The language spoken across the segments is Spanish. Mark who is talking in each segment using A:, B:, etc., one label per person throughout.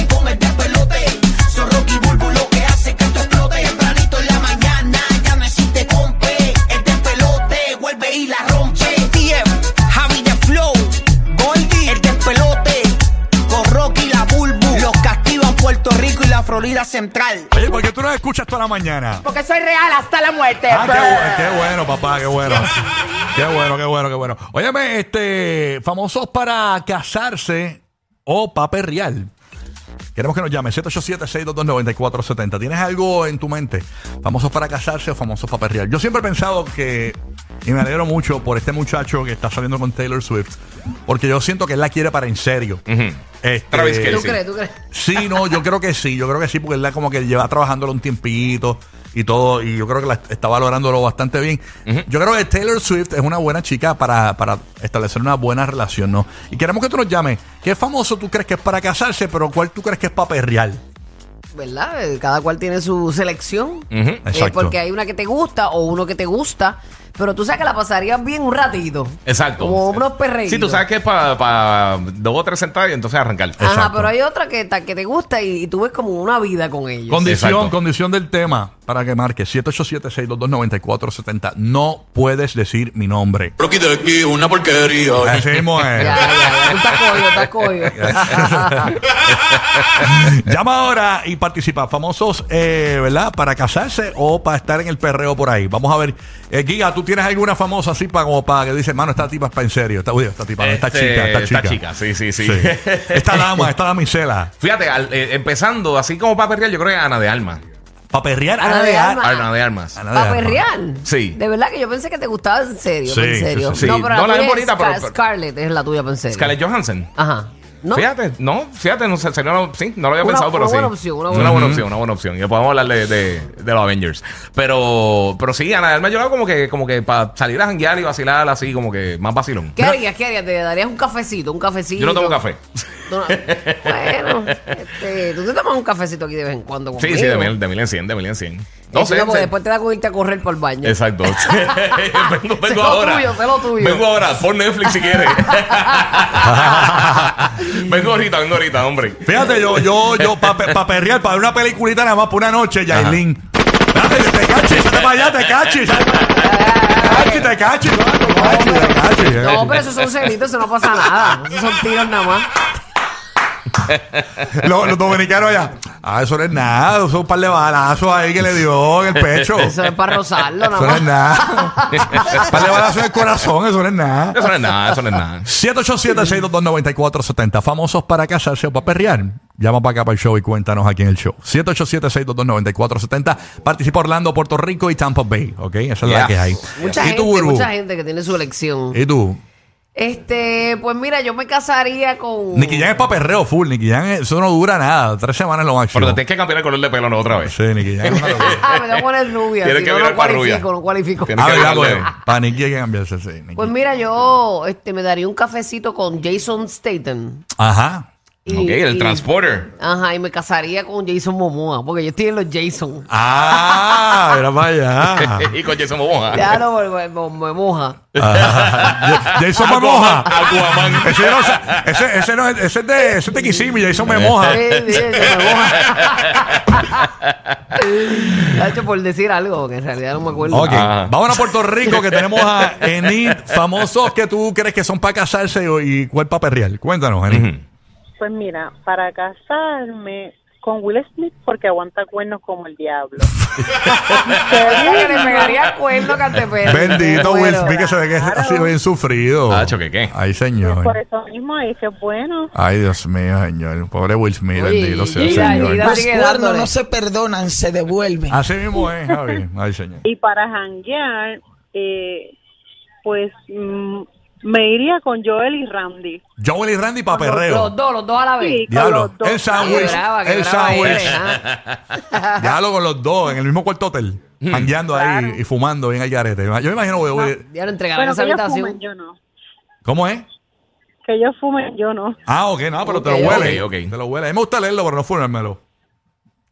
A: y come de pelote. Son Rocky Bulbo lo que hace que esto explote. Tempranito en la mañana ya no existe compe. El de pelote vuelve y la rompe. JTF, Javi de Flow, Goldie, el de pelote. Con Rocky y la Bulbo. Los castigan Puerto Rico y la Florida Central.
B: Oye, ¿por qué tú nos escuchas toda la mañana?
C: Porque soy real hasta la muerte.
B: Ah, qué, bu- qué bueno, papá, qué bueno. Qué bueno, qué bueno, qué bueno. Óyeme, este, famosos para casarse o para perrear. Queremos que nos llamen 787-622-9470. ¿Tienes algo en tu mente? ¿Famosos para casarse o famosos para perrear? Yo siempre he pensado que, y me alegro mucho por este muchacho que está saliendo con Taylor Swift, porque yo siento que él la quiere para en serio. Este,
D: Travis Kelce.
C: ¿Tú crees? ¿Tú crees?
B: Sí, no, yo creo que sí, yo creo que sí, porque él la- como que lleva trabajándolo un tiempito y todo, y yo creo que la está valorándolo bastante bien. Yo creo que Taylor Swift es una buena chica para, para establecer una buena relación, ¿no? Y queremos que tú nos llames. ¿Qué famoso tú crees que es para casarse, pero cuál tú crees que es para perrear?
C: ¿Verdad? Eh, Cada cual tiene su selección. Eh,
B: Exacto.
C: porque hay una que te gusta o uno que te gusta, pero tú sabes que la pasarías bien un ratito.
D: Exacto.
C: Como unos perreitos.
D: Sí, tú sabes que es para dos o tres sentadas y entonces arrancar.
C: Ajá,
B: Exacto.
C: pero hay otra que, ta- que te gusta y, y tú ves como una vida con ellos.
B: Condición,
D: Exacto.
B: condición del tema para que marque 787-622-9470. No puedes decir mi nombre.
E: Rocky de aquí, una porquería.
B: Así mismo es.
C: Ya, ya, ya. Tú estás coyo, estás coyo.
B: Llama ahora y participa. Famosos, eh, ¿verdad? Para casarse o para estar en el perreo por ahí. Vamos a ver. Eh, Giga, ¿tú tienes alguna famosa así para, como para que dice, mano, esta tipa es para en serio? Esta, uy, esta tipa, no, esta
D: Este,
B: chica, esta chica.
D: esta chica, sí, sí, sí.
B: Esta dama, esta damisela.
D: Fíjate, al- eh, empezando así como para perrear, yo creo que Ana de Armas.
B: Para perrear,
C: Ana
B: Ana
C: de
B: de Ar-
C: Armas.
D: Ana de Armas.
B: Ana de
C: ¿Para
B: Armas.
C: perrear?
D: Sí.
C: De verdad que yo pensé que te gustaba en serio.
B: Sí,
C: en serio.
B: sí, sí,
D: sí. No, la
C: tuya
D: ves bonita, pero-
C: Scar- Scarlett es la tuya, pensé.
D: Scarlett Johansson.
C: Ajá. ¿No?
D: Fíjate, no, fíjate, no, sé, sería una- sí, no lo había
C: Una-
D: pensado, pero
C: una
D: sí.
C: buena opción, una
D: una
C: buena
D: buena, opción, una buena opción. Y después vamos a hablar de, de- de los Avengers. Pero, pero sí, Ana de Armas yo la hago como que, como que para salir a janguear y vacilar así, como que más vacilón.
C: ¿Qué harías? ¿Qué harías? ¿Te darías un cafecito? ¿Un cafecito?
D: Yo no tomo café.
C: Tú no- bueno, este, tú te tomas un cafecito aquí de vez en cuando
D: Sí,
C: conmigo.
D: sí, de mil, de mil en cien, de mil en cien.
C: No
D: sé, sé.
C: después te da con irte a correr por el baño.
D: Exacto. vengo
C: Sé lo
D: vengo ahora.
C: tuyo, sé lo tuyo.
D: Vengo ahora, pon Netflix si quieres. vengo ahorita, vengo ahorita, hombre.
B: Fíjate, yo, yo, yo, para perrear, para ver una peliculita nada más por una noche, Yailin. Espérate, te cachis, te para allá, te cachis. Cachi, te cachis, no, te cachis, te eh. cachis.
C: No, pero esos son celitos, eso no pasa nada. Esos son tiros nada más.
B: Los, los dominicanos allá. Ah, eso no es nada. Eso es un par de balazos ahí que le dio en el pecho.
C: Eso
B: Eso
C: es para rozarlo nada
B: no es
C: más.
B: nada. Un par de balazos en el corazón. Eso no es nada.
D: Eso no es nada, eso no es nada.
B: 787-622-9470. Famosos para casarse o para perrear. Llama para acá para el show y cuéntanos aquí en el show. 787-622-9470. Participa Orlando, Puerto Rico y Tampa Bay. ¿Ok? Esa es la
D: Yeah.
B: que hay.
C: Mucha
B: ¿Y
C: gente,
B: tú, Burbu?
C: mucha gente que tiene su elección.
D: Eh.
B: ¿Y tú?
C: Este, pues mira, yo me casaría con.
B: Nicky Jam es para perreo full. Nicky Jam, eso no dura nada. Tres semanas lo máximo.
D: Pero te tienes que cambiar el color de pelo no, otra vez.
B: Sí, Nicky Jam. es una locura.
C: Ah, me voy a poner rubia.
D: Tienes
C: si
D: que
C: no,
D: virar
C: no
D: pa' rubia.
C: cualifico, no cualifico.
D: Tienes
B: Ah, verdad,
D: cambiarle.
B: pues, Para Nicky hay que cambiarse. Sí, Nicky.
C: Pues mira, yo este, me daría un cafecito con Jason Statham.
B: Ajá.
C: Y-
D: Ok, el
C: y-
D: transporter.
C: Ajá, y me casaría con Jason Momoa, porque yo estoy en los Jason.
B: Ah, era para allá.
D: Eh, y con Jason Momoa.
C: Ya no, me, me- me moja.
B: Ah, Ja- Jason
D: Aquaman,
B: Memoja.
D: Aquaman.
B: Ese, no, sa- ese, ese, no, es- ese es de, ese es de Kissimmee, Jason Memoja.
C: Sí, sí, que me moja. De hecho, por decir algo, que en realidad no me acuerdo.
B: Ok,
D: Ah.
B: vamos a Puerto Rico que tenemos a Enid, famosos que tú crees que son para casarse y, y cuál para perrear. Cuéntanos, Enid.
D: Ujú.
F: Pues mira, para casarme con Will Smith porque aguanta cuernos como el diablo.
C: Pensaba que le pegaría cuerno cantepera.
B: Bendito
C: Me
B: Will
C: muero.
B: Smith que se ve que ha sido bien sufrido.
D: Ah, choque, ¿qué?
B: Ay,
F: Por
C: Pues,
B: señor.
F: eso mismo dije, bueno,
B: Ay, Dios mío, señor. Pobre Will Smith,
C: Uy,
B: bendito sea el
C: mira, mira.
B: señor.
G: Los
C: sigue
G: cuernos
C: dándole.
G: no se perdonan, se devuelven.
B: Así mismo es, Javi. Ay, señor.
F: y para janguear, eh, pues mm, Me iría con Joel y Randy.
B: Joel y Randy para
C: Los,
B: perreo.
C: los dos, los dos a la vez.
F: Sí, con
B: Diablo,
F: los dos.
B: el
C: Qué
B: sándwich,
C: brava, qué
B: el
C: brava
B: sándwich.
C: eres, ah.
B: Diablo con los dos en el mismo cuarto hotel,
C: Mm.
B: jangueando ahí y fumando bien al garete. Yo me imagino, güey, güey,
C: Ya lo entregaron
F: Bueno,
C: esa
F: que ellos fumen,
C: habitación.
F: yo no.
B: ¿cómo es?
F: Que ellos fumen, yo no.
B: Ah, ok, no, pero te
C: Ok,
B: lo huele.
D: ok, ok.
B: Te lo huele. A mí me gusta leerlo, pero no fumármelo.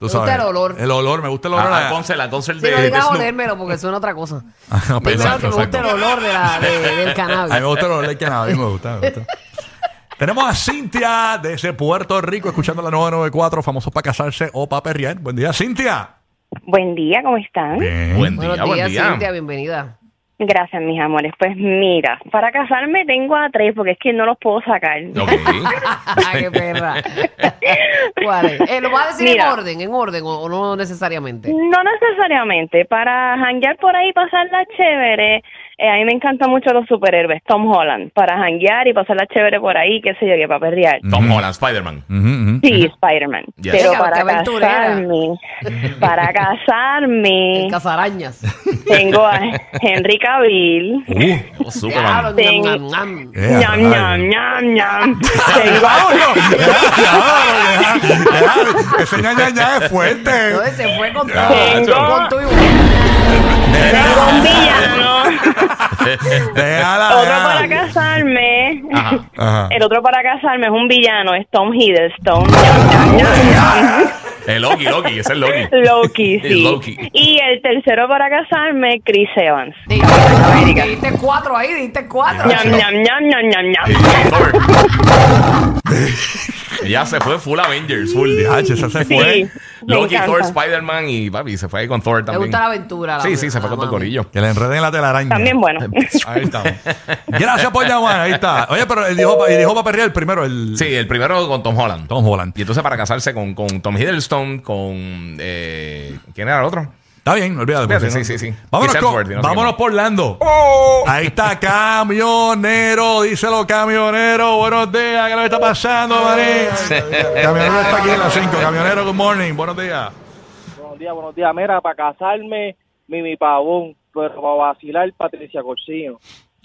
B: Tú
C: Me gusta el olor.
B: El olor, me gusta el olor.
D: A,
B: a-
D: Ponce, la concert
C: Si
D: de,
C: no
D: de
C: digas
D: Snoop.
C: olérmelo porque suena otra cosa.
B: Ah, no,
C: Primero
B: exacto,
C: que me gusta
B: exacto.
C: el olor de la, de- del
B: A mí me
C: cannabis.
B: gusta el olor de cannabis, me gusta, me gusta. Tenemos a Cintia desde Puerto Rico escuchando la 994, famosos para casarse o para perrear. Buen día, Cintia.
H: Buen día, ¿cómo están?
B: Bien.
D: Buen día,
C: Buenos
D: buen
C: días,
D: día.
C: Cintia, bienvenida.
H: Gracias, mis amores. Pues mira, para casarme tengo a tres porque es que no los puedo sacar.
D: Ok.
C: Ah, qué perra. ¿Cuál es? Eh, ¿Lo vas a decir en
H: Mira.
C: orden, en orden o, o no necesariamente?
H: No necesariamente. Para janguear por ahí y pasarla chévere, eh, a mí me encantan mucho los superhéroes, Tom Holland. Para janguear y pasarla chévere por ahí, qué sé yo, que para perrear.
D: Tom Holland, Spider-Man.
B: Ujú, ujú.
H: Sí, Spider-Man.
D: Mm. Yes.
H: Pero
C: Venga,
H: para
C: qué aventurera.
H: casarme, para
C: El
H: casarme,
C: cazarañas.
H: tengo a Henry Cavill.
B: Uh,
D: Oh,
C: Claro,
D: Superman.
H: Ten-
C: ñam, ñam, ñam.
B: qué
H: Ñam,
B: raro.
H: ñam, ñam, ñam. Tengo a
B: ¡Diablo! ¡Diablo! ¡Diablo! Ese ña, ña, ña es
C: No,
B: fuerte.
C: se fue con
H: Tengo-
C: todo. Con todo y-
H: tengo a un villano.
B: Déjala,
H: Otro Eh.
B: déjala.
H: para casarme.
D: Ajá.
B: Ajá.
H: El otro para casarme es un villano, es Tom Hiddleston. Ñam, ñam, ñam, ñam.
D: El Loki, Loki, ese es Loki.
H: Loki,
D: El
H: sí.
D: Loki.
H: Y el tercero para casarme, Chris Evans.
C: Dijiste dijiste cuatro ahí, dijiste
D: Ah,
C: cuatro.
H: Ñam, ñam, ñam, ñam, ñam, ñam.
D: Thor. Ella se fue full Avengers, full.
B: Diache, esa se fue.
H: Sí. me
D: Loki,
H: encanta.
D: Thor, Spider-Man y papi, se fue ahí con Thor
C: Te
D: también.
C: gusta la aventura. la-
D: Sí, sí, se fue
C: la
D: con todo el
C: Ah, mami.
D: corillo.
B: Que le enreden la telaraña.
H: También bueno.
B: Ahí estamos. Gracias por llamar, ahí está. Oye, pero él dijo, él dijo para perrear el primero, el
D: Sí, el primero con Tom Holland.
B: Tom Holland.
D: Y entonces para casarse con, con Tom Hiddleston, con... Eh, ¿Quién era el otro?
B: Está bien, olvídate.
D: Olvídate,
B: porque si
D: sí, sí, sí.
B: Vámonos,
D: Y
B: con-
D: Selfworth, y no sé
B: vámonos
D: qué más. Oh.
B: por Orlando. Ahí está, camionero. Díselo, camionero. Buenos días, ¿qué le está pasando, mané? camionero está aquí en las 5. Camionero, good morning. Buenos días.
I: Buenos días, buenos días. Mira, para casarme, Mimi Pavón, pero para vacilar, Patricia Corsino.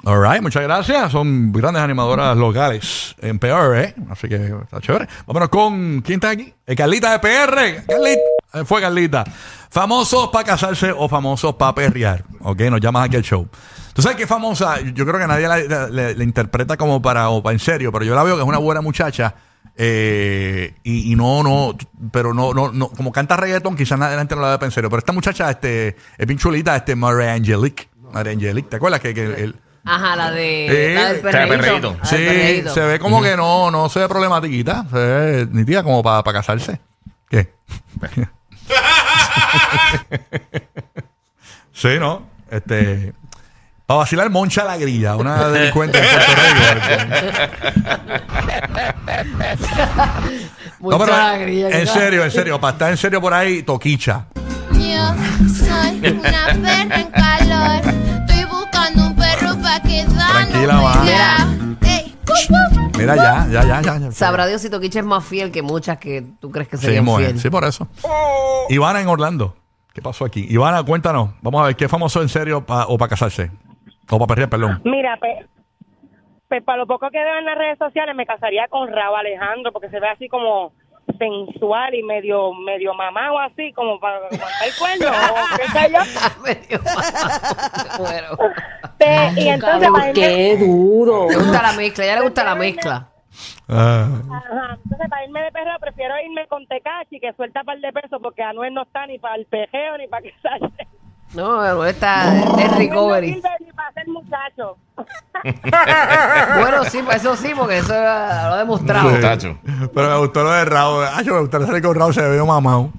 B: All right, muchas gracias. Son grandes animadoras locales en PR, ¿eh? Así que está chévere. Vámonos con. ¿Quién está aquí? Eh, Carlita de PR. Carlita. Eh, Fue Carlita. Famosos para casarse o famosos para perrear. Ok, nos llamas aquí al show. Tú sabes que famosa, yo yo creo que nadie la, la- la- la interpreta como para, o para en serio, pero yo la veo que es una buena muchacha. eh, y, y no, no, t- pero no, no, no, como canta reggaetón, quizás nadie la gente no la vea para en serio. Pero esta muchacha, este, es bien chulita, este Maria Angelique. Maria Angelique, ¿te acuerdas que, que el-
C: Ajá, la de.
B: Sí,
C: la del
D: la de perreíto.
C: perreíto. La del
B: Sí,
C: perreíto.
B: se ve como que no, no se ve problematiquita, se ve nítida como para casarse. ¿Qué? sí, ¿no? Este, para vacilar Moncha la grilla, una delincuente de Puerto Rico.
C: Mucha
B: No, pero
C: alegría,
B: en
C: quizás.
B: serio, en serio, para estar en serio por ahí, toquicha.
J: Yo soy una perra en calor. Estoy buscando un perro para
K: Ah,
J: quedarnos.
B: Tranquila, va.
J: Ey, cucú.
B: Mira, ya, ya, ya, ya. ya.
C: Sabrá Dios si Toquiche es más fiel que muchas que tú crees que
B: Sí,
C: serían
B: mujer,
C: fiel.
B: sí, por eso. Ivana en Orlando. ¿Qué pasó aquí? Ivana, cuéntanos. Vamos a ver, ¿qué famoso en serio pa- o para casarse? O para perrear, perdón.
H: Mira, pues, pues, para lo poco que veo en las redes sociales, me casaría con Raúl Alejandro, porque se ve así como sensual y medio medio mamado así, como para aguantar el cuerno, o qué sé yo.
C: Me dio más- me muero.
H: Te- y entonces, para mí me-
C: Le gusta la mezcla, ya le gusta la mezcla.
B: Ah.
H: ajá, entonces, para irme de perro, prefiero irme con Tecachi, que suelta par de pesos, porque Anuel no está ni para el pejeo, ni para que salga.
C: No, pero esta de
H: No
C: recovery.
H: sirve ni para ser muchacho.
C: Bueno, sí, pues eso sí, porque eso eh, lo ha demostrado.
B: Sí.
D: Tacho.
B: Pero me gustó lo de Raúl. Ah, yo me gustó el con Raúl, se veo mamado.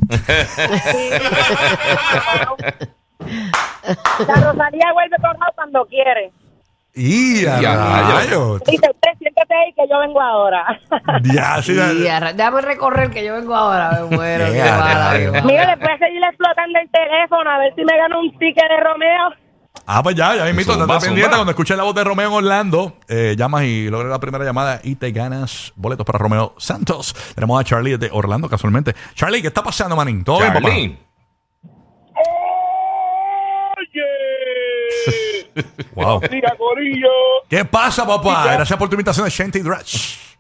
H: La Rosalía vuelve con Raúl cuando quiere.
B: ¡Y a
D: Ya,
B: rayos!
H: Dice, "Tres, siéntate ahí que yo vengo ahora.
B: Ya, sí, la-
C: Y arra- déjame recorrer que yo vengo ahora, me muero. qué
B: Yeah,
C: mala,
B: yeah,
C: qué
B: yeah.
C: mala.
H: Mira, después a seguir explotando el teléfono a ver si me gano un ticket de Romeo.
B: Ah, pues ya, ya invito.
D: Zumba,
B: Estás pendiente
D: zumba.
B: cuando escuches la voz de Romeo en Orlando. eh, llamas y logras la primera llamada y te ganas boletos para Romeo Santos. Tenemos a Charlie de Orlando, casualmente. Charlie, ¿qué está pasando, manín? ¿Todo bien, papá?
D: Charlie.
I: ¡Oye!
B: Wow.
I: Diga, Corillo.
B: ¿Qué pasa, papá? Gracias por tu invitación a Shanty Drash.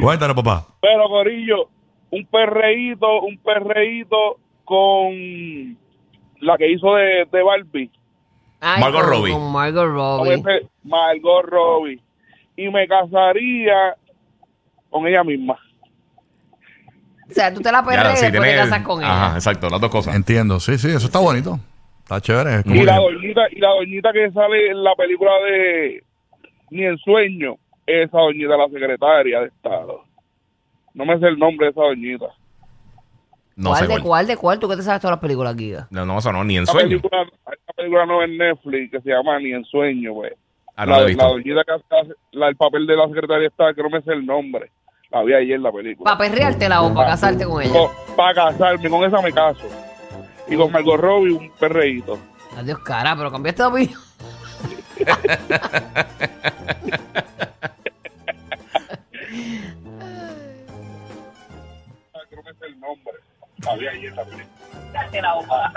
B: Cuéntanos, papá.
I: Pero, Corillo, un perreíto, un perreíto con la que hizo de, de Barbie.
C: Ay,
D: Margot
C: con-
D: Robbie.
C: Con Margot
I: Con
C: Robbie.
I: ese Margot Robbie. Y me casaría con ella misma.
C: O sea, tú te la
D: Ya,
C: perreas
D: sí,
C: y después te
D: tiene-
C: casas con él.
D: Ajá, exacto, las dos cosas.
B: Entiendo, sí, sí, eso está bonito. Está chévere. es como
I: Y la
B: que-
I: doñita, y la doñita que sale en la película de Ni en sueño, esa doñita la secretaria de Estado. No me sé el nombre de esa doñita.
D: No
C: ¿Cuál
D: sé
C: de
D: cuál.
C: cuál de cuál? ¿Tú qué te sabes todas las películas, Giga?
D: No, no, eso no, ni en
I: Esa
D: sueño.
I: película, hay una película nueva en Netflix que se llama Ni en sueño, güey.
D: Ah, no
I: la,
D: lo he visto.
I: la doñita que hace la- el papel de la secretaria de Estado, que no me sé el nombre. La vi ayer la película.
C: Para perreártela o para casarte con
H: Oh.
C: ella.
I: Para casarme, con esa me caso. Y con Margot Robbie, un perreíto.
C: Adiós, cara, pero cambiaste de opinión.
I: que no me sé el nombre. La vi ayer la película. No, Para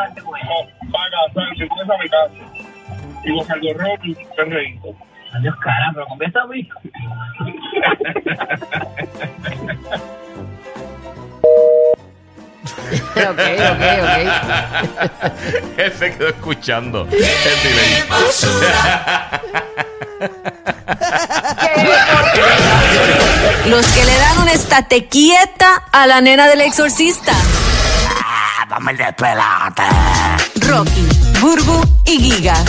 I: casarme, con esa me caso. Y con Margot Robbie, un perreíto.
A: Adiós, cara, pero conversa a mí.
C: ok, ok, ok.
D: Él se quedó escuchando. El delay.
L: Los que le dan un estate quieta a la nena del exorcista.
A: Ah, dame el despelate.
L: Rocky, Burbu y Giga.